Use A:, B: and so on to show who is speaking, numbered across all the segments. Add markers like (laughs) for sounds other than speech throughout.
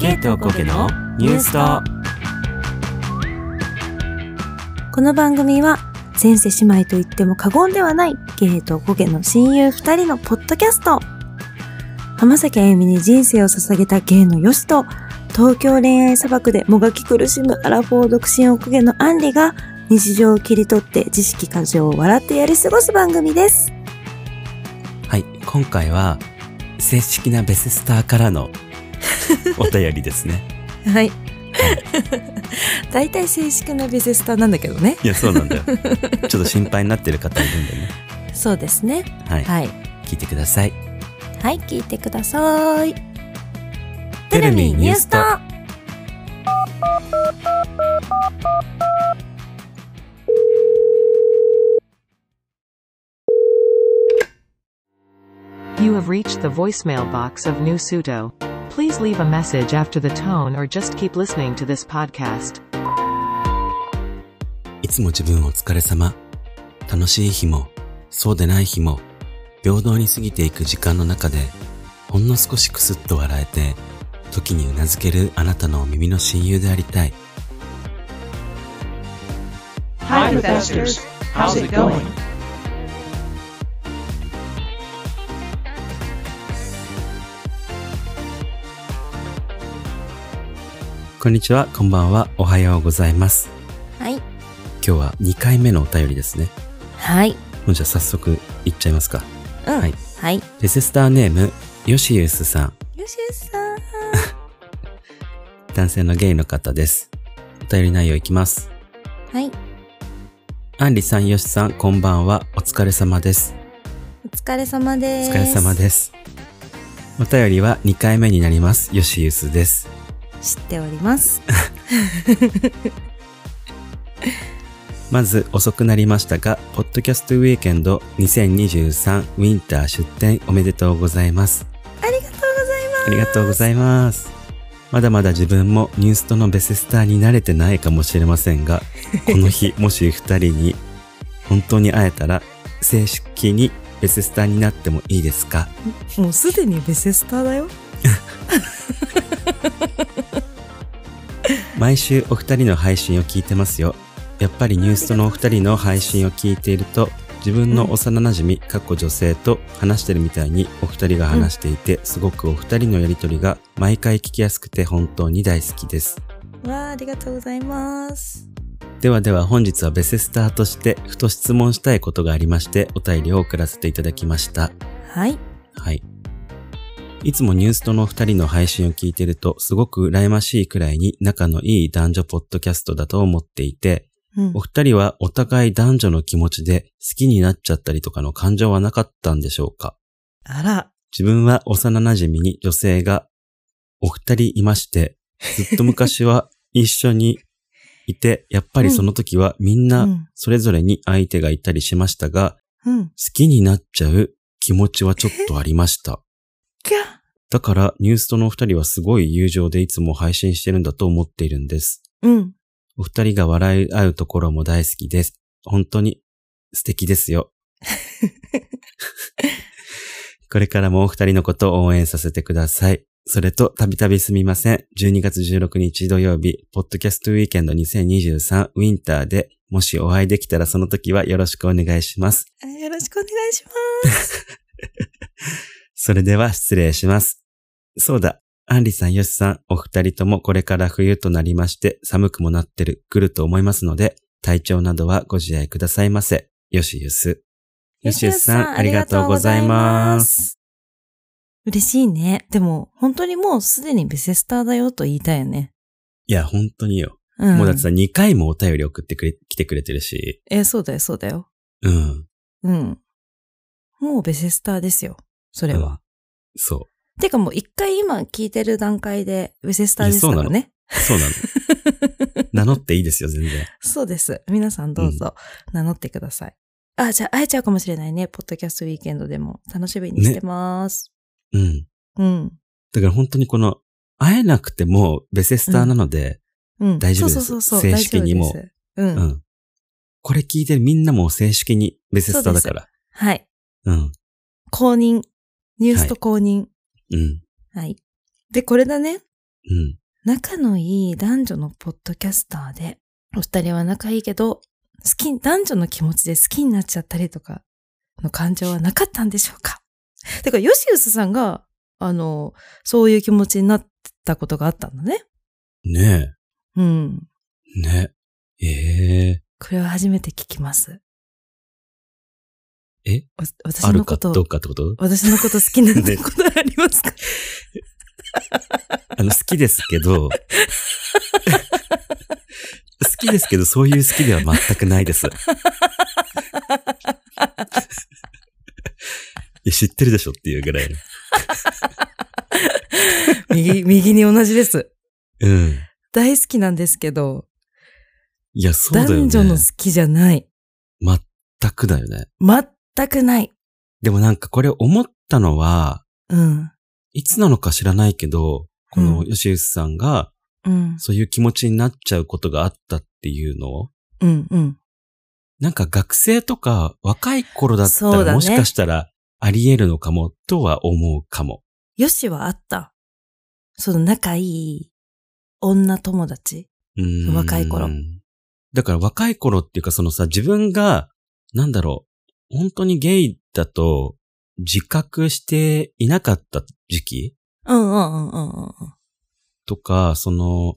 A: ケイトコケのニュースと
B: この番組は前世姉妹と言っても過言ではないゲイとゴゲの親友二人のポッドキャスト浜崎あゆみに人生を捧げたゲイのヨシと東京恋愛砂漠でもがき苦しむアラフォー独身おこげのアンリが日常を切り取って知識過剰を笑ってやり過ごす番組です
A: はい今回は正式なベセスターから (laughs) のお便りですね
B: はい (laughs) 大体正式なビジネスターなんだけどね
A: いやそうなんだよちょっと心配になってる方いるんでね
B: そうですね
A: はい、
B: はい
A: 聞いてください
B: はい聞いてください
A: テレビニュースと
C: You have reached the voicemail box of New Suto. Please leave a message after the tone or just keep listening to this podcast.
A: いつも自分お疲れ様楽しい日もそうでない日も平等に過ぎていく時間の中でほんの少しくすっと笑えて時にうなずけるあなたの耳の親友でありたい
D: Hi, investors. How's it going?
A: こんにちはこんばんはおはようございます
B: はい
A: 今日は2回目のお便りですね
B: はい
A: もうじゃあ早速いっちゃいますか
B: うん
A: はい
B: はい
A: レセスターネームヨシユスさん
B: よしえさん。
A: 男性のゲイの方ですお便り内容いきます
B: はい。
A: アンリさんヨシさんこんばんはお疲れ様です
B: お疲れ様
A: お
B: です。
A: 疲れ様ですお便りは2回目になりますヨシユスです
B: す。知っております。
A: まず遅くなりましたが、ポッドキャストウィーケンド2023ウィンター出展おめでとうございます。
B: ありがとうございま
A: ありがとうございます。まだまだ自分もニュースとのベセスターに慣れてないかもしれませんが、この日もし二人に本当に会えたら、正式にベセスターになってもいいですか
B: す。もうすでにベセスターだよ。
A: 毎週お二人の配信を聞いてますよ。やっぱりニュースとのお二人の配信を聞いていると、自分の幼馴染、かっこ女性と話してるみたいにお二人が話していて、すごくお二人のやりとりが毎回聞きやすくて本当に大好きです。
B: わあ、ありがとうございます。
A: ではでは本日はベセスターとして、ふと質問したいことがありまして、お便りを送らせていただきました。
B: はい。
A: はい。いつもニュースとのお二人の配信を聞いてると、すごく羨ましいくらいに仲のいい男女ポッドキャストだと思っていて、
B: うん
A: お。二人はお互い男女の気持ちで好きになっちゃったりとかの感情はなかったんでしょうか
B: あら。
A: 自分は幼馴染に女性がお二人いまして、ずっと昔は一緒にいて、やっぱりその時はみん
B: う。
A: なんそれぞれに相手がいたりしましたが、
B: うん。
A: 好きになっちゃう気持ちはちょっとありました。
B: きゃ。
A: だからニュースとのお二人はすごい友情でいつも配信してるんだと思っているんです。
B: うん。
A: お二人が笑い合うところも大好きです。本当に素敵ですよ。これからもお二人のことを応援させてください。それと、たびたびすみません。12月16日土曜日、ポッドキャストウィーケンド2023ウィンターで、もしお会いできたらその時はよろしくお願いします。
B: よろしくお願いします。
A: それでは失礼します。そうだ。アンリさん、ヨシさん、お二人ともこれから冬となりまして、寒くもなってる、来ると思いますので、体調などはご自愛くださいませ。ヨシユス。ヨシユスさん、ありがとうございます。。
B: 嬉しいね。でも、本当にもうすでにベセスターだよと言いたいよね。
A: いや、本当によ。
B: うん。
A: もうだってさ、2回もお便り送ってくれ、来てくれてるし。
B: え、そうだよ、そうだよ。
A: うん。
B: うん。もうベセスターですよ。それは。
A: そ
B: てかもう一回今聞いてる段階で、ウェセスターですからね。
A: う。そうな (laughs) の。名乗っていいですよ、全然。
B: そうです。皆さんどうぞ名乗ってください。あ、じゃあ会えちゃうかもしれないね。ポッドキャストウィーケンドでも楽しみにしてます。
A: うん。
B: うん。
A: だから本当にこの、会えなくても、ベセスターなので、
B: うん。
A: 大丈夫です
B: そうそうそうそう。
A: 正式にも
B: 大丈夫ですうん。
A: うん。これ聞いてるみんなもう正式にベセスターだから。
B: はい。
A: うん。
B: 公認。ニュースと公認。
A: うん。
B: はい。で、これだね。
A: うん。
B: 仲のいい男女のポッドキャスターで、お二人は仲いいけど、好き、男女の気持ちで好きになっちゃったりとか、の感情はなかったんでしょうかてか、ヨシウスさんが、あの、そういう気持ちになったことがあったのね。
A: ね
B: うん。
A: え。ねえ。ええ
B: これは初めて聞きます。
A: え
B: わ私
A: あ
B: の
A: る
B: こ
A: か
B: と
A: ど、うかってこと
B: 私のこと好きになっ
A: ね
B: たことあります
A: (laughs)
B: か
A: あの、好きですけど、好きですけど、そういう好きでは全くないです。いや知ってるでしょっていうぐらいの。
B: 右、右に同じです。
A: うん。
B: 大好きなんですけど、
A: いや、そうだよね。
B: 男女の好きじゃない。
A: 全くだよね。
B: 全くない。
A: でもなんかこれ思ったのは、
B: うん。
A: いつなのか知らないけど、こ
B: う
A: の
B: ん
A: 吉臼さんが、
B: うん。
A: そういう気持ちになっちゃうことがあったっていうのを、
B: うん。うん。
A: なんか学生とか若い頃だった
B: そう
A: ら、
B: だね
A: もしかしたらあり得るのかもとは思うかも。
B: よしはあった。その仲いい女友達。
A: うーん
B: 若い頃。
A: だから若い頃っていうかそのさ、自分が、なんだろう、本当にゲイだと自覚していなかった時期
B: うんうんうんうんうん
A: とか、その、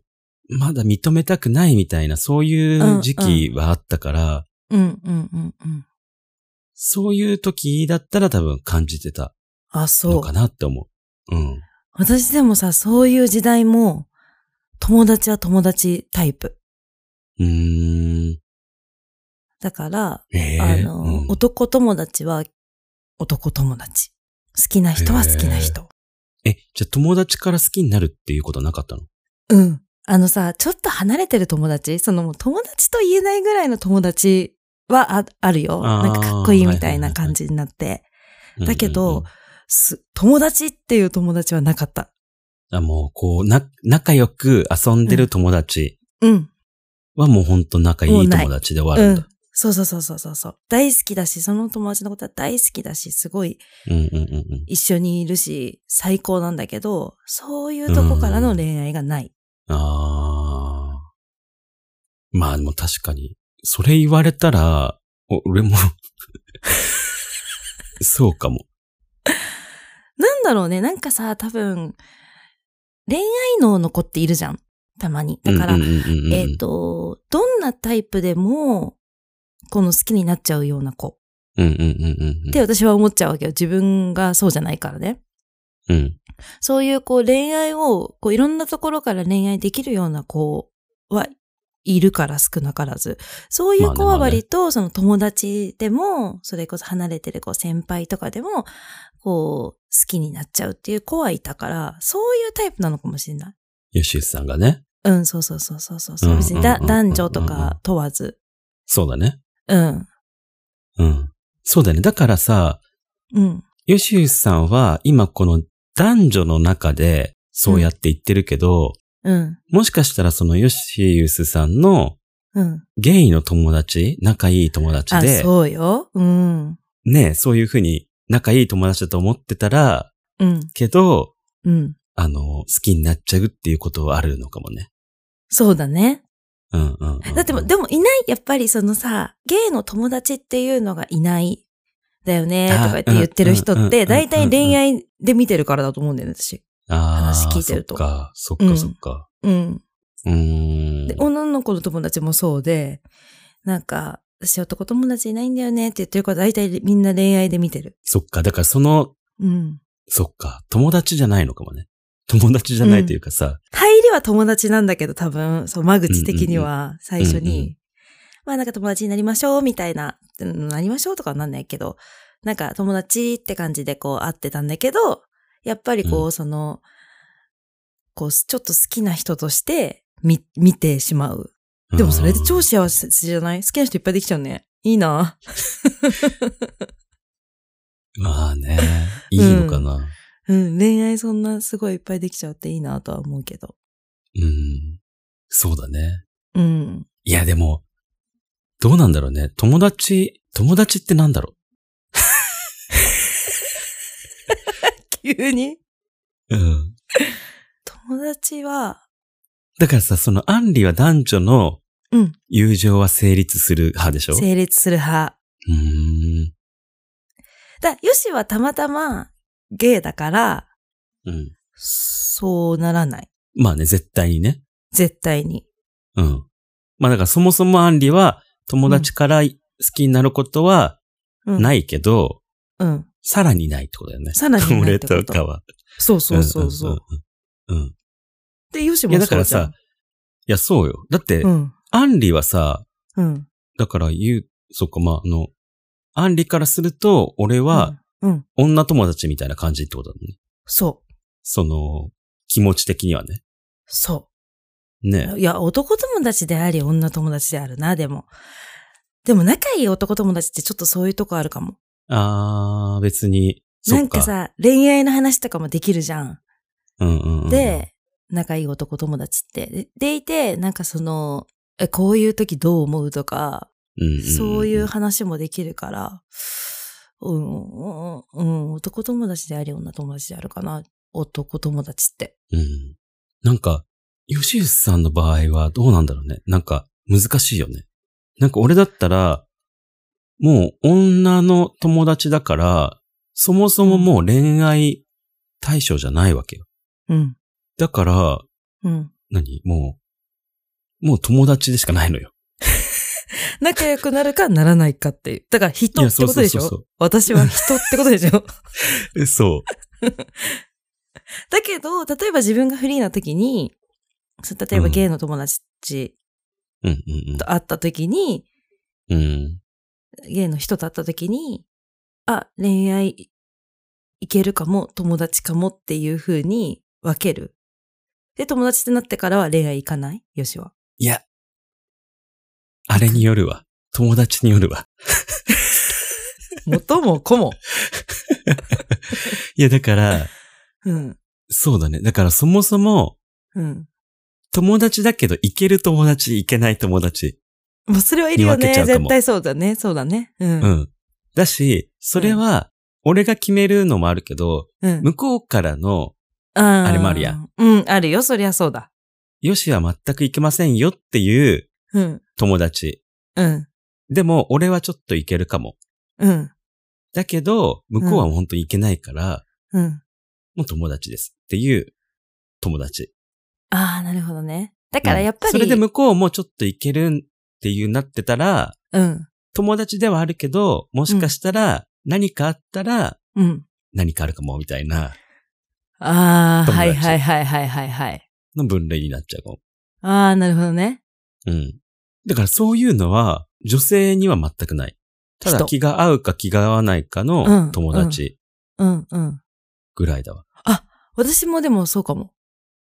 A: まだ認めたくないみたいな、そういう時期はあったから、
B: うん。うんうんうんうん。
A: そういう時だったら多分感じてた
B: あ、そ
A: の
B: う
A: か。なって思う。うん。
B: 私でもさ、そういう時代も、友達は友達タイプ。
A: うーん。
B: だから、
A: ええ
B: あの、
A: うん
B: 男友達は男友達。好きな人は好きな人。
A: え、じゃあ友達から好きになるっていうことはなかったの
B: うん。あのさ、ちょっと離れてる友達、そのもう友達と言えないぐらいの友達はああるよ。
A: あー
B: なんかかっこいいみたいな感じになって。だけど、
A: うんうんうん
B: す友達っていう友達はなかった。
A: あもう、こう、な、仲良く遊んでる友達
B: うん。
A: はもうほんと仲い
B: もう
A: い
B: ない
A: 友達で終
B: う
A: わるん
B: ん
A: だ。。
B: そうそうそうそうそうそう。大好きだし、その友達のことは大好きだし、すごい
A: うんうんうんうん。
B: 一緒にいるし、最高なんだけど、そういうとこからの恋愛がない。
A: あー。まあでも確かに、それ言われたら、お俺も、そうかも。
B: なんだろうね、なんかさ、多分、恋愛脳の子っているじゃん。たまに。だから
A: うん、うんうんうんうん
B: えっ、と、どんなタイプでも、この好きになっちゃうような子
A: うんうんうんうんうん
B: って私は思っちゃうわけよ。自分がそうじゃないからね。
A: うん。
B: そういうこう恋愛を、こういろんなところから恋愛できるような子はいるから少なからず。そういう子
A: まあ
B: は
A: ねまあね
B: 割とその友達でも、それこそ離れてるこう先輩とかでも、こう好きになっちゃうっていう子はいたから、そういうタイプなのかもしれない。
A: ヨシウスさんがね。
B: うん、そうそうそうそうそうそうう。
A: んうんう
B: 別
A: んうん
B: にだ男女とか問わず。
A: そうだね。
B: うん。
A: うん。そうだね。だからさ、
B: うん。
A: ヨシウスさんは今この男女の中でそうやって言ってるけど、
B: うん。
A: もしかしたらそのヨシウスさんの
B: うん。
A: ゲイの友達、仲いい友達
B: あ、
A: で、
B: そうよ。うん。
A: ね、そういうふうに仲いい友達だと思ってたら、
B: うん。
A: けど、
B: うん。
A: あの、好きになっちゃうっていうことはあるのかもね。
B: そうだね。
A: うんうんうん、うん。
B: だっても、でもいない、やっぱりそのさ、ゲイの友達っていうのがいない、だよね、とか言って言ってる人っ
A: あう
B: て、
A: ん
B: 大体恋愛で見てるからだと思うんだよね、私。
A: 話
B: 話聞いてると
A: そっか、そっか、そっか。
B: うん。
A: うーん。
B: で、女の子の友達もそうで、なんか、私男友達いないんだよねって言ってるから、大体みんな恋愛で見てる。
A: そっか、だからその、
B: うん。
A: そっか、友達じゃないのかもね。友達じゃないというかさ、
B: 入りは友達なんだけど、多分、そう、間口的には最初に、
A: うんうん
B: まあなんか友達になりましょう、みたいな、うんなりましょうとかはなんないけど、なんか友達って感じでこう会ってたんだけど、やっぱりこう、
A: う
B: その、こう、ちょっと好きな人として、み、見てしまう。でもそれで超幸せじゃない好きな人いっぱいできちゃうね。いいな。
A: うんま
B: (laughs)
A: あね、いいのかな。
B: うん、恋愛そんなすごいいっぱいできちゃうっていいなとは思うけど。
A: うん。そうだね。
B: うん。
A: いや、でも、どうなんだろうね。友達、友達ってなんだろ
B: 急に
A: う。うん。
B: 友友達は、
A: だからさ、そのアンリは男女の
B: うん
A: 友情は成立する派でしょ、う
B: 成立する派。
A: ーん。
B: だ、ヨシはたまたまゲイだから、
A: うん。
B: そうならない。
A: まあね、絶対にね。
B: 絶対に。
A: うん。まあだからそもそもアンリは友達から好きになることは
B: うん。。
A: ないいけど、
B: うん。
A: さらにないってことだよね。
B: さらにないってこと
A: (laughs) 俺とかは。
B: そうそうそうそう。
A: うん。うんうんうん
B: で、ヨシ
A: い
B: も
A: やだか
B: そう
A: ら
B: じゃん。
A: さ、いや、そうよ。だって、
B: うん。
A: アンリはさ、
B: うん。
A: だから言う、そっか、まあ、あの、アンリからすると、俺は、
B: うん、うん。
A: 女友達みたいな感じってことだね。
B: そう。
A: その、気持ち的にはね。
B: そう。
A: ね。
B: いや、男友達であり、女友達であるな、でも。でも、仲いい男友達ってちょっとそういうとこあるかも。
A: あー、別に、そっ
B: なんかさ、恋愛の話とかもできるじゃん。
A: うんうんうん、
B: で、仲いい男友達って。ででいて、なんかその、え、こういう時どう思うとか、
A: うんうんん
B: そういう話もできるから、うん、うんうん、男友達であり、女友達であるかな。男友達って。
A: うん。なんか、吉吉さんの場合はどうなんだろうね。なんか、難しいよね。なんか俺だったら、もう女の友達だから、そもそももう恋愛対象じゃないわけよ。
B: うん、
A: だから、
B: うん。
A: 何もう、もう友達でしかないのよ。
B: 仲良くなるかならないかっていう。だから人
A: い
B: っ
A: や
B: て
A: そう
B: こ
A: そ
B: と
A: う
B: でし
A: そうそう
B: ょ私は人ってことでしょ (laughs)
A: えそう。
B: だけど、例えば自分がフリーな時に、そう例えば
A: うん
B: ゲイの友達
A: うんうん
B: と会った時に、
A: うん。うん。
B: ゲイの人と会った時に、あ、恋愛いけるかも、友達かもっていう風に分ける。で、友達ってなってからは恋愛行かないよしは。
A: いや。あれによるわ。友達によるわ。
B: 元も子も。
A: いや、だから、
B: うん。
A: そうだね。だからそもそも、
B: うん。
A: 友達だけど、行ける友達、行けない友達。
B: もうそれはいるよ
A: に分け
B: ね。
A: ちゃうかも
B: 絶対そうだね。そうだね。うん。
A: う。ん。だし、それは、俺が決めるのもあるけど、
B: うん、
A: 向こうからの、
B: あ
A: あれもあるやん。
B: うん、あるよ。そりゃそうだ。
A: よしは全く行けませんよっていう
B: うん、
A: 友達。
B: うん、
A: でも、俺はちょっと行けるかも。
B: うん、
A: だけど、向こうは本当に行けないから、
B: うん。
A: もう友達ですっていう友達。
B: ああ、なるほどね。だからやっぱり、
A: それで向こうもちょっと行けるっていうなってたら、
B: うん、
A: 友達ではあるけど、もしかしたら、何かあったら、
B: うん。
A: 何かあるかも、みたいな、
B: ああ、は
A: 友達
B: いはいはいはいはいはい。
A: の分類になっちゃうかも。
B: ああ、なるほどね。
A: うん。だからそういうのは女性には全くない。ただ
B: 人
A: 気が合うか気が合わないか
B: う
A: の
B: ん
A: 友達
B: うん、うん。
A: ぐらいだわ。
B: 私もでもそうかも。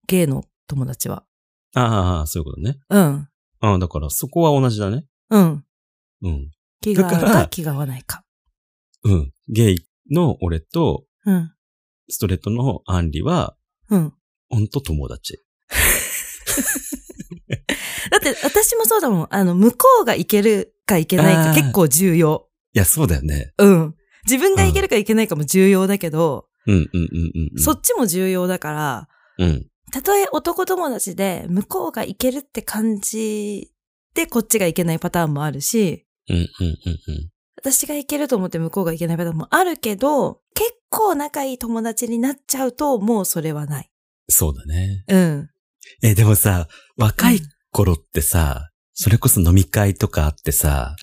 B: ゲイの友達は。
A: ああ、そういうことね。
B: うん、
A: ああ、だからそこは同じだね。
B: うん。
A: うん。
B: 気が合う
A: だから
B: か気が合わないか。
A: うん。ゲイの俺と
B: うん、
A: ストレートのアンリは、
B: うん。
A: ほんと友達。
B: だって私もそうだもん。あの、向こうがいけるかいけない
A: あ
B: か
A: ー
B: 結構重要。
A: いや、そうだよね。
B: うん。自分がいけるかいけないかも重要だけど、
A: うん、うん、うん、うんうん。
B: そっちも重要だから、
A: うん。
B: たとえ男友達で向こうがいけるって感じでこっちがいけないパターンもあるし、
A: うん、うん、うん、うん。
B: 私がいけると思って向こうがいけないパターンもあるけど、結構仲いい友達になっちゃうともうそれはない。
A: そうだね。
B: うん。
A: え、でもさ、若い頃ってさ、それこそ飲み会とかあってさ、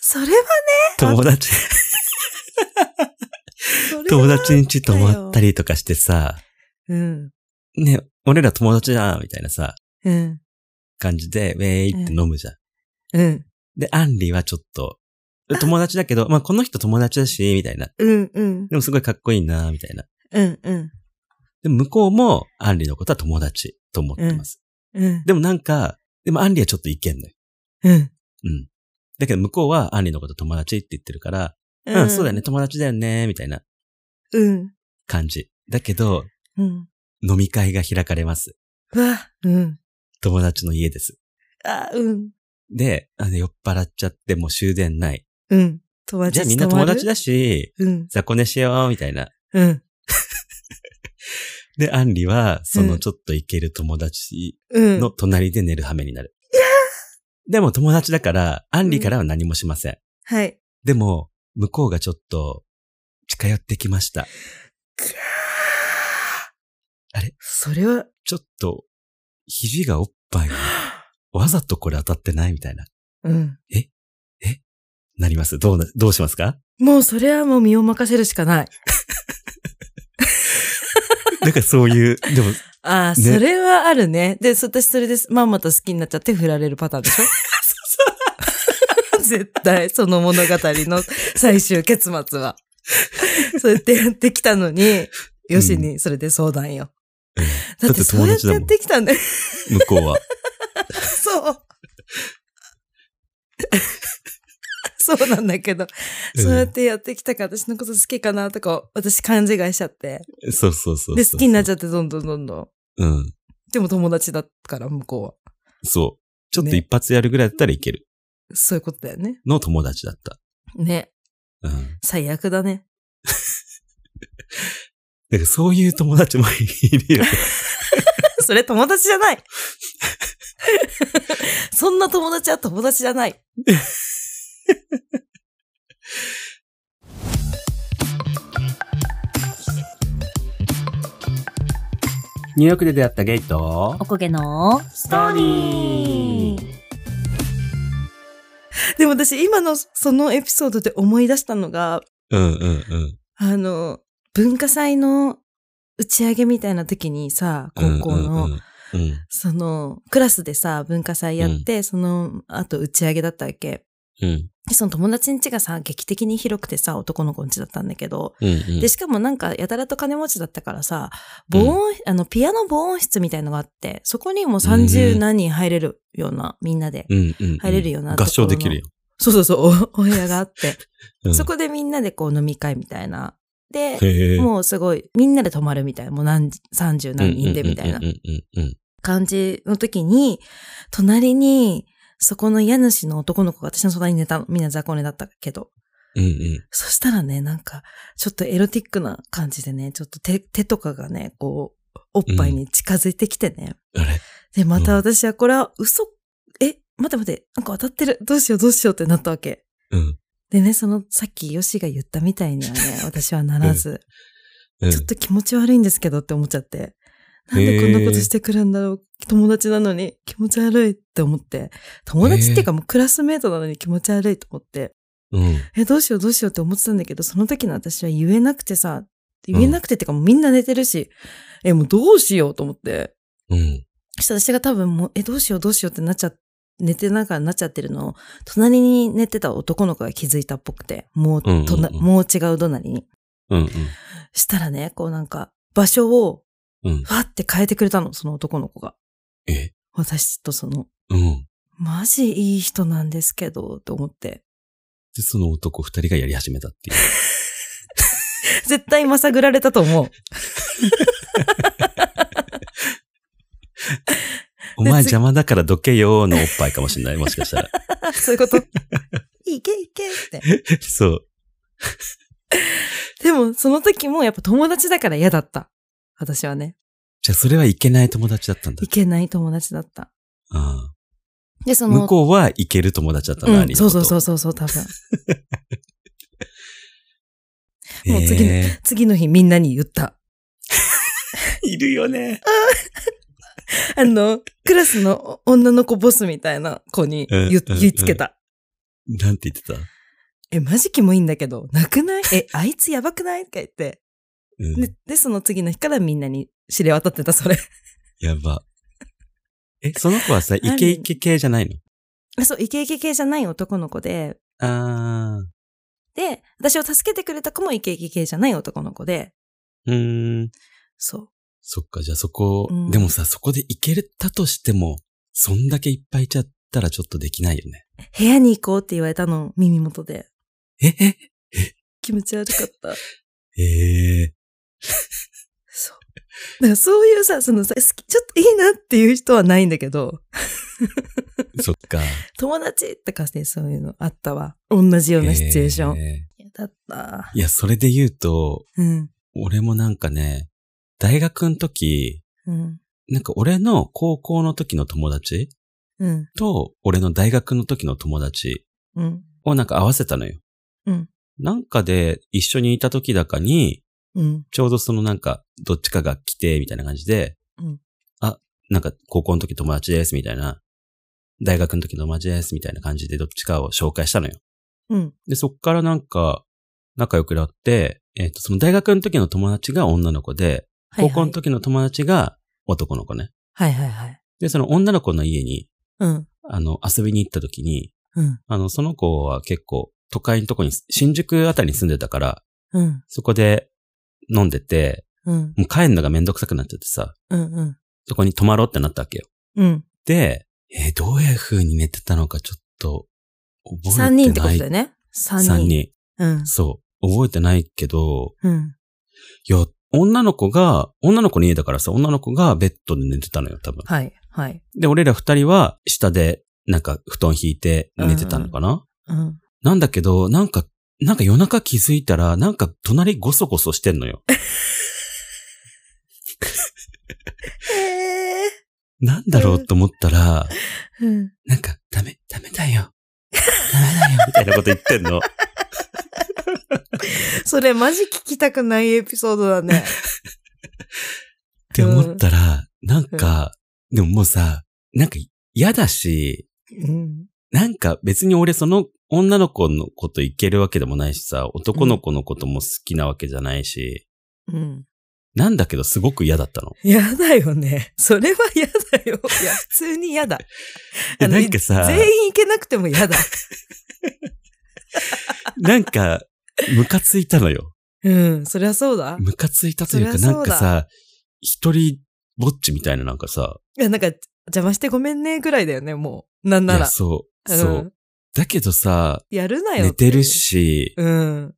B: それは、
A: 友達、
B: それは。
A: 友達ん家泊まったりとかしてさ、
B: うん。
A: ね、俺ら友達だ、みたいなさ、
B: うん。
A: 感じで、ウェーイって飲むじゃん。
B: うん。
A: で、アンリはちょっと、友達だけど、まあ、この人友達だし、みたいな。
B: うん。うん。
A: でもすごいかっこいいな、みたいな。
B: うん。うん。
A: でも向こうも、アンリのことは友達と思ってます。
B: うん。
A: でもなんか、でもアンリはちょっといけんのよ。
B: うん。
A: うん。だけど向こうはアンリのこと友達って言ってるから、うん、そうだよね、。友達だよね、みたいな
B: うん。
A: 感じ。だけど、
B: うん。
A: 飲み会が開かれます。
B: うわ。うん。
A: 友達の家です。
B: あ、うん。
A: で、あの酔っ払っちゃって、もう終電ない。
B: うん。友達
A: じゃあみんな友達
B: だ。
A: だし、
B: うん。
A: 雑魚寝しよう、みたいな。
B: うん。
A: で、アンリは、そうの
B: ん
A: ちょっと行ける友達
B: うん。
A: の隣で寝る羽目になる。でも友達だから、アンリからは何もしません。
B: はい。
A: でも、向こうがちょっと、近寄ってきました。
B: それは、
A: ちょっと、肘がおっぱ
B: (laughs)
A: いに、わざとこれ当たってないみたいな。
B: うん。
A: なります。どうな、どうしますか
B: もうそれはもう身を任せるしかない。
A: なんかそ
B: (laughs)
A: ういう、でも、
B: ああ、
A: ね
B: それはあるね。で、そ私それです。まんまと好きになっちゃって振られるパターンでし
A: (laughs)
B: ょ (laughs) 絶対、その物語の最終結末
A: (laughs)
B: は。そうやってやってきたのに、よしにそれで相談よ。
A: うん
B: だってそうやってやってきたんだよ。 (laughs)
A: 向こうは。
B: そう。 (laughs) そうなんだけど、
A: うん
B: そうやってやってきたから私のこと好きかなとか、私勘違いしちゃって。
A: そうそうそうそう。
B: で、好きになっちゃって、どんどんどんどん。
A: うん。
B: でも友達だから、向こうは。
A: そう。ちょっと
B: ね
A: 一発やるぐらいだったらいける。
B: そういうことだよね。
A: の友達だった。
B: ね。
A: うん。
B: 最悪だね。 (laughs)
A: なんかそういう友達も (laughs) いるよね。
B: それ友達じゃない (laughs) そんな友達は友達じゃない。
A: ニューヨークで出会ったゲイと、
B: こげの
A: ストーリー。
B: でも私今のそのエピソードで思い出したのが、
A: うんうんうん。
B: あの、文化祭の打ち上げみたいな時にさ、高校の、
A: うんうんうん。
B: その、クラスでさ、文化祭やって、その後打ち上げだったわけ。
A: うん。
B: でその友達ん家がさ、劇的に広くてさ、男の子ん家だったんだけど、
A: うんうん。
B: で、しかもなんか、やたらと金持ちだったからさ、防音、あの、ピアノ防音室みたいのがあって、そこにもう
A: う
B: 30
A: ん
B: 何人入れるような、みんなで。
A: うんうんうん。
B: 入れるような
A: 合唱できるよ。
B: そうそうそう、おお部 (laughs) 屋があって、
A: うん
B: そこでみんなでこう飲み会みたいな。で、
A: へえ。
B: もうすごい、みんなで泊まるみたいな、もう何、30何人でみたいな
A: うんうんうんうん
B: 感じの時に、隣に、そこの家主の男の子が私の隣に寝たの。みんな雑魚寝だったけど。
A: うん。うんうん。
B: そしたらね、なんか、ちょっとエロティックな感じでね、ちょっと手、手とかがね、こう、おっぱいに近づいてきてね。
A: あれ
B: で、また
A: うん
B: 私はこれは嘘、え、待って待って、なんか当たってる。どうしようどうしようってなったわけ。
A: うん
B: でね、その、さっきヨシが言ったみたいにはね、
A: (laughs)
B: 私はならず、
A: うん。
B: ちょっと気持ち悪いんですけどって思っちゃって。なんでこんなことしてくるんだろう。友達なのに気持ち悪いって思って。友達っていうかもうクラスメートなのに気持ち悪いと思って。
A: うん。
B: え、どうしようどうしようって思ってたんだけど、その時の私は言えなくてさ、言えなくてってかもうみんな寝てるし、え、もうどうしようと思って。
A: うん。
B: そしたら私が多分もう、え、どうしようどうしようってなっちゃ、寝てながらなっちゃってるのを、隣に寝てた男の子が気づいたっぽくて、もう、
A: うんうんうん
B: となもう違う隣に。
A: うんうん。
B: したらね、こうなんか、場所を、
A: うん
B: わって変えてくれたの、その男の子が。
A: え
B: 私とその、
A: うん。
B: マジいい人なんですけど、と思って。
A: で、その男二人がやり始めたっていう。
B: (laughs) 絶対まさぐられたと思う。
A: お前邪魔だからどけよーのおっぱいかもしれない。もしか
B: (laughs)
A: したら。
B: そういうこと。いけいけって。
A: そう。
B: でも、その時もやっぱ友達だから嫌だった。私はね。
A: じゃあそれはいけない友達だったんだ
B: い。けない友達だった。
A: あ
B: で、そ
A: あ
B: の、
A: 向こうはいける友達だったんだ、ア
B: う
A: リ
B: ん、
A: の
B: そ
A: こ
B: う
A: と
B: そうそうそうそう、多分。もう次の
A: へえ
B: 次の日みんなに言った。
A: (laughs) いるよね。
B: (laughs) あの、クラスの女の子ボスみたいな子に
A: うん
B: 言,、
A: うん
B: 言いつけた。
A: なんて言ってた、
B: え、マジキもいいんだけど、なくないえ、あいつやばくないって言って。
A: うん、
B: で、でその次の日からみんなに知れ渡ってた、それ。 (laughs)
A: やば。え、その子は (laughs) さ、イケイケ系じゃないの
B: そう、イケイケ系じゃない男の子で、
A: あ
B: で、私を助けてくれた子もイケイケ系じゃない男の子で、
A: ー。うーん。
B: そ
A: そっか、じゃあそこ、
B: うん
A: でもさ、そこでいけたとしても、そんだけいっぱいいちゃったらちょっとできないよね。
B: う。部屋に行こうって言われたの、耳元で。
A: え、え、
B: 気持ち悪かった。
A: (laughs) ええ
B: そう。だからそういうさ、そのさ、好き、ちょっといいなっていう人はないんだけど、
A: そっ (laughs) か。
B: 友達って感じでそういうのあったわ。同じようなシチュエーション。
A: え
B: だった。
A: ーいや、それで言うと、
B: うん。
A: 俺もなんかね、大学の時、
B: うん。
A: なんか俺の高校の時の友達
B: うん。
A: と、俺の大学の時の友達
B: うん。
A: をなんか合わせたのよ。
B: うん。
A: なんかで一緒にいた時だかに、
B: うん。
A: ちょうどそのなんか、どっちかが来て、みたいな感じで、
B: うん
A: あ、なんか高校の時友達です、みたいな。大学の時の友達です、みたいな感じでどっちかを紹介したのよ。
B: うん。
A: で、そっからなんか、仲良くなって、えっ、と、その大学の時の友達が女の子で、
B: はいは
A: 高
B: い
A: 校の。時の友達が男の子ね。
B: はいはいはい。
A: で、その女の子の家に、
B: うん。
A: あの、遊びに行った時に、
B: うん。
A: あの、その子は結構、都会のとこに、新宿あたりに住んでたから、
B: うん。
A: そこで飲んでて、
B: うん。
A: もう帰るのがめんどくさくなっちゃってさ、
B: うん。うん。
A: そこに泊まろうってなったわけよ。
B: うん。
A: で、えーどういう風に寝てたのかちょっと、覚
B: 三
A: え
B: 人
A: て
B: ってこ
A: な
B: と
A: い。
B: だよね。三人。
A: 3人。
B: うん。
A: そう。覚えてないけど、
B: うん。
A: いや、女の子が、女の子の家だからさ、女の子がベッドで寝てたのよ、多分。
B: はい。はい。
A: で、俺ら二人は、下で、なんか、布団引いて寝てたのかな、
B: うん。
A: なんだけど、なんか、なんか夜中気づいたら、なんか隣ゴソゴソしてんのよ。
B: (laughs) え
A: なんだろうと思ったら、
B: ー。うん。
A: なんか、ダメ、ダメだよ。ダメだよ、みたいなこと言ってん
B: (laughs)
A: の。
B: それマジ聞きたくないエピソードだね。
A: って思ったら、なんか、でももうさ、なんか嫌だし、
B: うん。
A: なんか別に俺その女の子のこといけるわけでもないしさ、男の子のことも好きなわけじゃないし、
B: うん。
A: なんだけどすごく嫌だったの。
B: 嫌だよね。それは嫌だよ。いや、普通に
A: (laughs)
B: 嫌だ。
A: や
B: あの
A: なんかさ
B: 全員行けなくても嫌だ。
A: なんか、ムカついたのよ。
B: うん。そりゃそうだ。
A: ムカついたというか、
B: そりゃ
A: な
B: そ
A: ん
B: うだ
A: かさ、一人ぼっちみたいななんかさ、
B: いや、なんか、邪魔してごめんね、ぐらいだよね、もう。なん
A: い
B: な
A: や、
B: ら。
A: そう、
B: ん
A: そう。だけどさ、
B: やるなよ。
A: 寝てる。し、
B: うん。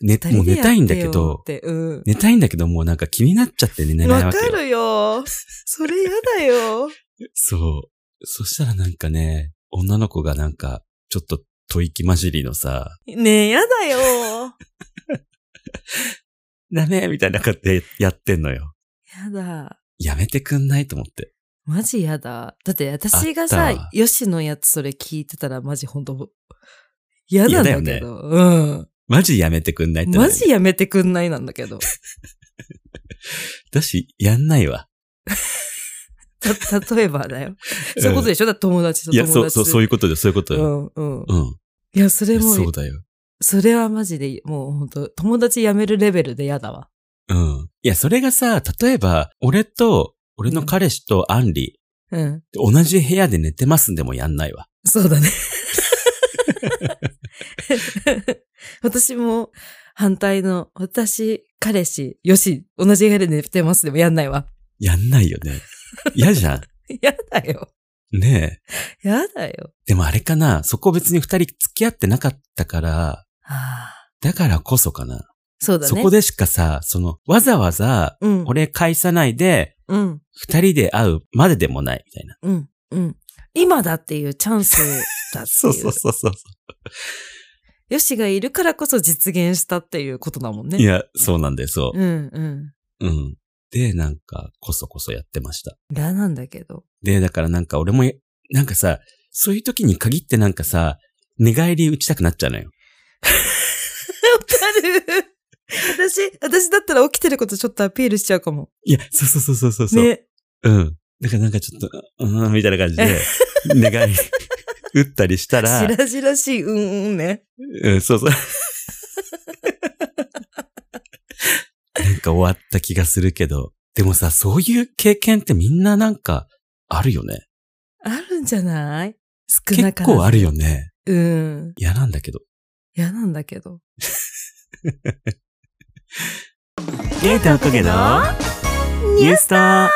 A: 寝、もう寝たいんだけ
B: 二人でやっ
A: ど、
B: てよってうん。
A: 寝たいんだけど、もうなんか気になっちゃって寝れない
B: わ
A: わけ
B: か
A: よ。
B: るよ。それ嫌だよ。
A: そう。そしたらなんかね、女の子がなんか、ちょっと吐息混じりのさ、
B: ねえ、嫌だよ。
A: ダメみたいな感じでやってんのよ。
B: 嫌だ。
A: やめてくんないと思って。
B: マジ嫌だ。だって私が
A: あった
B: さ、ヨシのやつそれ聞いてたらマジほんと、嫌なんだ
A: 嫌
B: け
A: だ
B: ど。
A: マジやめてくんないっ
B: うん。
A: てなる。
B: マジやめてくんないなんだけど。
A: だし、やんないわ。
B: た、例えば
A: (laughs)
B: だよ。そういうことでしょだって友達と
A: い
B: 友
A: や、
B: 達
A: そう、そう、そういうことで、そういうことよ。
B: うん、うん。
A: うん。
B: いや、それも、
A: そうだよ。
B: それはマジで、もう本当友達辞めるレベルで嫌だわ。
A: うん。いや、それがさ、例えば、俺と、俺の彼氏とアンリ、
B: うん。
A: 同じ部屋で寝てますんでもやんないわ。
B: そうだね。 (laughs) 私も反対の、私、彼氏、よし、同じ部屋で寝てますでもやんないわ。
A: やんないよ (laughs) ね。嫌じゃん。
B: (laughs) やだよ。
A: ねえ。
B: やだよ。
A: でもあれかな、そこ別に二人付き合ってなかったから、
B: ああ。
A: だからこそかな。
B: そうだね。
A: そこでしかさ、その、わざわざ、
B: うん。
A: 俺返さないで、
B: うん。
A: 二人で会うまででもない、みたいな。
B: うん。うん。今だっていうチャンスだっていう。
A: う (laughs) そう。
B: よしがいるからこそ実現したっていうことだもんね。
A: いや、そうなんだよ、そ
B: うんうん。
A: う。うん。で、なんか、こそこそやってました。
B: 嫌なんだけど。
A: で、だからなんか俺も、なんかさ、そういう時に限ってなんかさ、寝返り打ちたくなっちゃうのよ。
B: わかる。私、私だったら起きてることちょっとアピールしちゃうかも。
A: いや、そうそうそうそうそう。
B: ね。
A: うん。だからなんかちょっと、うーん、みたいな感じ (laughs) で、寝返り打ったりしたら、
B: 白々しい、うんうんね。
A: うん、そうそう。なんか終わった気がするけど、でもさ、そういう経験ってみんななんか、あるよね。
B: あるんじゃない少な
A: 結
B: からず
A: 構あるよね。
B: うん。
A: 嫌なんだけど。
B: 嫌なんだけど。
A: ゲータおかげのニュースター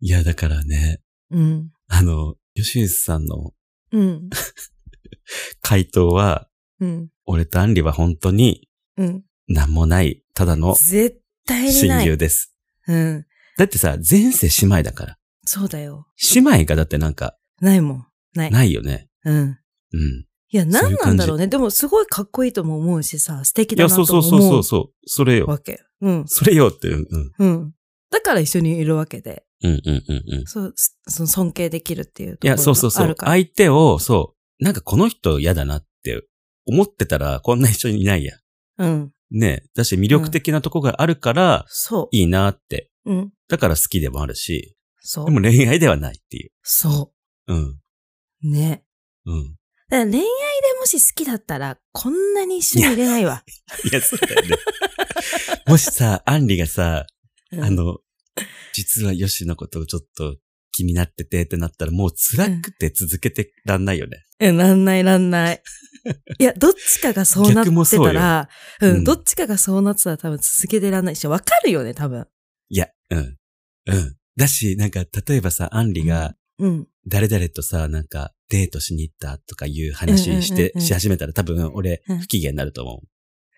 A: いや、だからね、
B: うん。
A: あの、吉内さんの
B: うん。
A: 回答は、
B: うん。
A: 俺とアンリは本当に
B: うん。
A: 何もない、ただの
B: 絶対にな
A: 親
B: い。
A: 友です。
B: うん。
A: だってさ、前世姉妹だから。
B: そうだよ。
A: 姉妹がだってなんか、
B: ないもん。ない。
A: ないよね。
B: うん。
A: うん。
B: いや、
A: そう
B: 何
A: いう
B: なん
A: 感じ
B: だろうね。でも、すごいかっこいいとも思うしさ、素敵
A: い
B: だ
A: や、
B: なと
A: そう
B: も
A: そ
B: 思
A: う
B: う。
A: そうそうそう。それよ。
B: わけ。うん。
A: それよって、うん。
B: うん。だから一緒にいるわけで、
A: うんうんうんうん。
B: そう、すその尊敬できるっていうとこ
A: い
B: ろ
A: や、そうそう
B: が
A: そ
B: ある
A: う。
B: から。
A: 相手を、そう、なんかこの人嫌だなって思ってたら、こんな一緒にいないや。
B: うん。
A: ねえ。だし、魅力的なとこがあるから、
B: そ
A: いいなって。
B: う。うん。
A: だから好きでもあるし、
B: そう
A: で。も恋愛ではないっていう。
B: そ
A: うん。
B: う。ね。
A: うん。
B: だから恋愛でもし好きだったら、こんなに一緒にいれないわ。
A: いや、そうだよね。 (laughs) もしさ、アンリがさ、
B: うん
A: あの、実はヨシのことをちょっと気になっててってなったら、もう辛くて続けてらんないよね。
B: え、なんないなん
A: (laughs)
B: ない。いや、どっちかがそうなっ
A: 逆も
B: て
A: そう
B: た
A: よ
B: ら、うん、
A: うん
B: どっちかがそうなってたら多分続けてらんないし、わかるよね、多分。
A: いや、うん。うん。だし、なんか、例えばさ、アンリが、
B: うん。
A: 誰々とさ、なんか、デートしに行ったとかいう話して
B: うんうんうん、うん
A: し始めたら多分俺
B: うん、
A: 不機嫌になると思う。好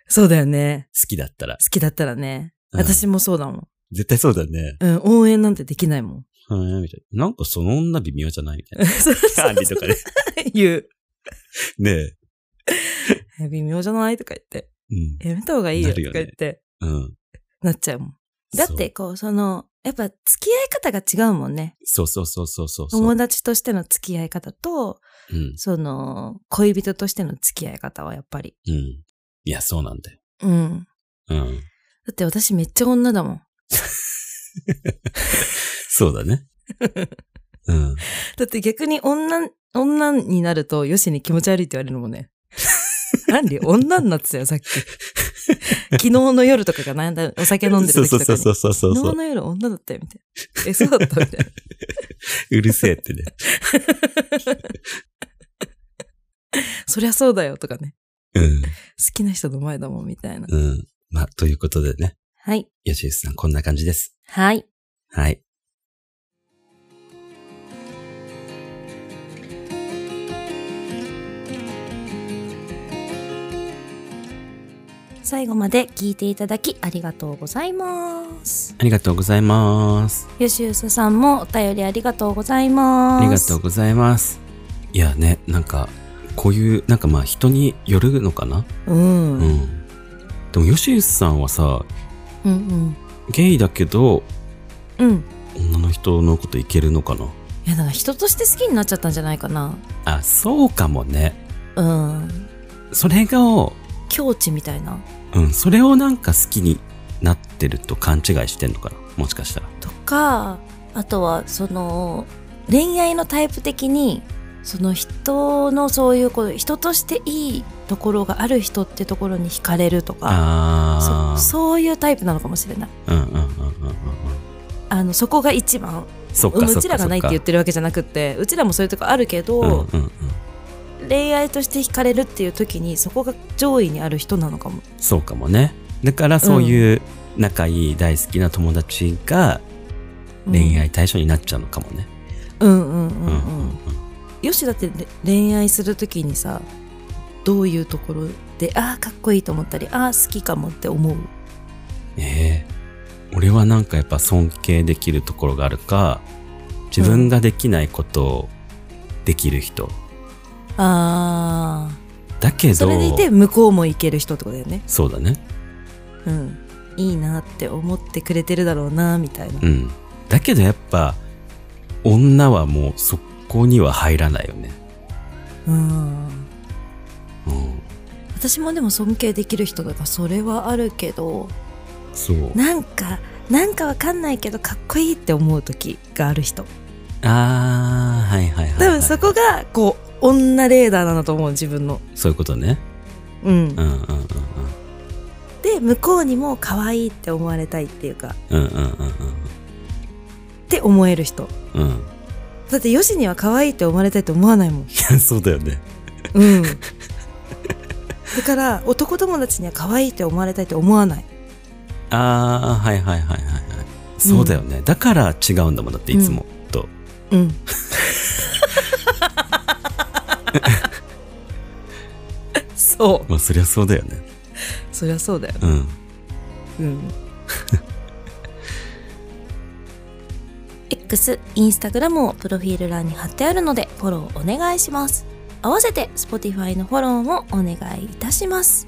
B: そうだよね。
A: きだったら。
B: 好きだったらね。
A: うん
B: 私もそうだもん。
A: 絶対そうだね。
B: うん、応援なんてできない
A: (laughs)
B: もん。
A: うん、みたいな。なんかその女微妙じゃないみたい
B: そうそう (laughs)
A: な。アンリとかね。
B: 言う。
A: ねえ。
B: え微妙じゃないとか言って。
A: うん。
B: やめた方がいいよ
A: な
B: とか
A: るよね
B: 言って。
A: うん。
B: なっちゃうもん。だって、こう、その、やっぱ付き合い方が違うもんね。
A: そう、そうそうそうそうそう。
B: 友達としての付き合い方と、
A: うん。
B: その、恋人としての付き合い方はやっぱり。
A: うん。いや、そうなんだよ。
B: うん。
A: うん。
B: だって私めっちゃ女だもん。
A: そうだ (laughs) ね。うん。
B: だって逆に女、女になると、よしに気持ち悪いって言われるもんね。 (laughs) なんで女になってたよ、
A: (laughs)
B: さっき。昨日の夜とかがなんだ、お酒飲んでる
A: そう
B: 時と
A: そう
B: かに。
A: そうそうそうそう
B: 昨日の夜女だったよ、みたいな。え、そうだったみたいな。
A: うるせえってね。
B: (laughs) そりゃそうだよ、とかね。
A: うん。
B: 好きな人の前だもん、みたいな。
A: うん。まあ、ということでね。
B: はい。
A: 吉内さん、こんな感じです。
B: はい。
A: はい。
B: 最後まで聞いていただきありがとうございます。
A: ありがとうございます。
B: よしうささんもお便りありがとうございます。
A: ありがとうございます。いやね、なんか、こういう、なんかまあ人によるのかな
B: う。うん。
A: う
B: うん
A: ん。でも、吉内さんはさ、
B: うん。
A: ゲイだけど、
B: うん。
A: 女の人のこといけるのかない
B: や、だから人として好きになっちゃったんじゃないかな。
A: あ、そうかもね。
B: うん。
A: それが、
B: 境地みたいな。
A: うん、それをなんか好きになってると勘違いしてんのかなもしかしたら。
B: とか、あとは、その、恋愛のタイプ的に、その人のそういうこう人としていいところがある人ってところに惹かれるとか、
A: あ
B: そ
A: あ。
B: そういうタイプなのかもしれない。
A: うんうんうんうんうんうん。
B: あの、そこが一番。
A: そっ
B: う
A: か
B: ん
A: そうっかそっか。
B: ちらがないって言ってるわけじゃなくって、うちらもそういうとこあるけ
A: うんうん
B: ど、
A: うん。
B: 恋愛として惹かれるっていう時に、そこが上位にある人なのかも。
A: そうかもね。だからそういう仲いい大好きな友達が
B: うん
A: 恋。愛対象になっちゃうのかもね。
B: うんうんうん
A: うんう
B: うんん。よしだってれ恋愛するときにさどういうところでああかっこいいと思ったりああ好きかもって思う
A: うん。ええ俺はなんかやっぱ尊敬できるところがあるか、自分ができないことをできる人。
B: あ
A: だけ
B: あ
A: ど、
B: それでいて向こうもいける人ってことだよね
A: そうだね。
B: うんいいなって思ってくれてるだろうなみたいな
A: うん。だけどやっぱ、女はもうそこには入らないよね。
B: うん
A: うん。
B: 私もでも尊敬できる人だからそれはあるけど
A: そう。
B: なんかなんかわかんないけどかっこいいって思う時がある人
A: あー、はいはいはい、はい。
B: 多分そこがこう女レーダーなんだと思う自分の
A: そういうことね。
B: うん
A: うんうんうん
B: で向こうにも可愛いって思われたいっていうか
A: うん。うんうんうん
B: って思える人
A: うん。うん。
B: だってヨシには可愛いって思われたいって思わない
A: (laughs)
B: もん
A: そうだよね。
B: うんだから男友達には可愛いって思われたいって思わない
A: あー、はいはいはいはいはい。そうだよね。だから違うんだもんだっていつも。と。
B: うんそう
A: まあそりゃそうだよね。
B: そりゃそうだよ
A: うん。
B: うん。X、インスタグラムをプロフィール欄に貼ってあるのでフォローお願いします。合わせて Spotify のフォローもお願いいたします。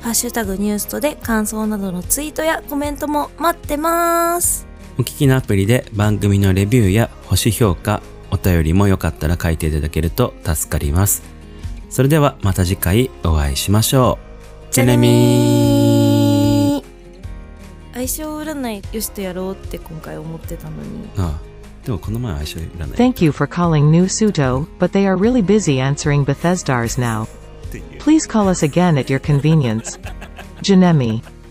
B: ハッシュタグニュースとで感想などのツイートやコメントも待ってます。
A: お聞きのアプリで番組のレビューや星評価、お便りもよかったら書いていただけると助かります。それではまた次回お会いしましょう。
B: じ
A: じ
B: ゃね
A: ゃねみー
B: み相性占いよしとやろうって今回思ってたのに
A: ああでもこの前相性占い
C: Thank you for calling New Suto, but they are really busy answering Bethesdars now.
A: っていう
C: Please call us again at your convenience. Janemi.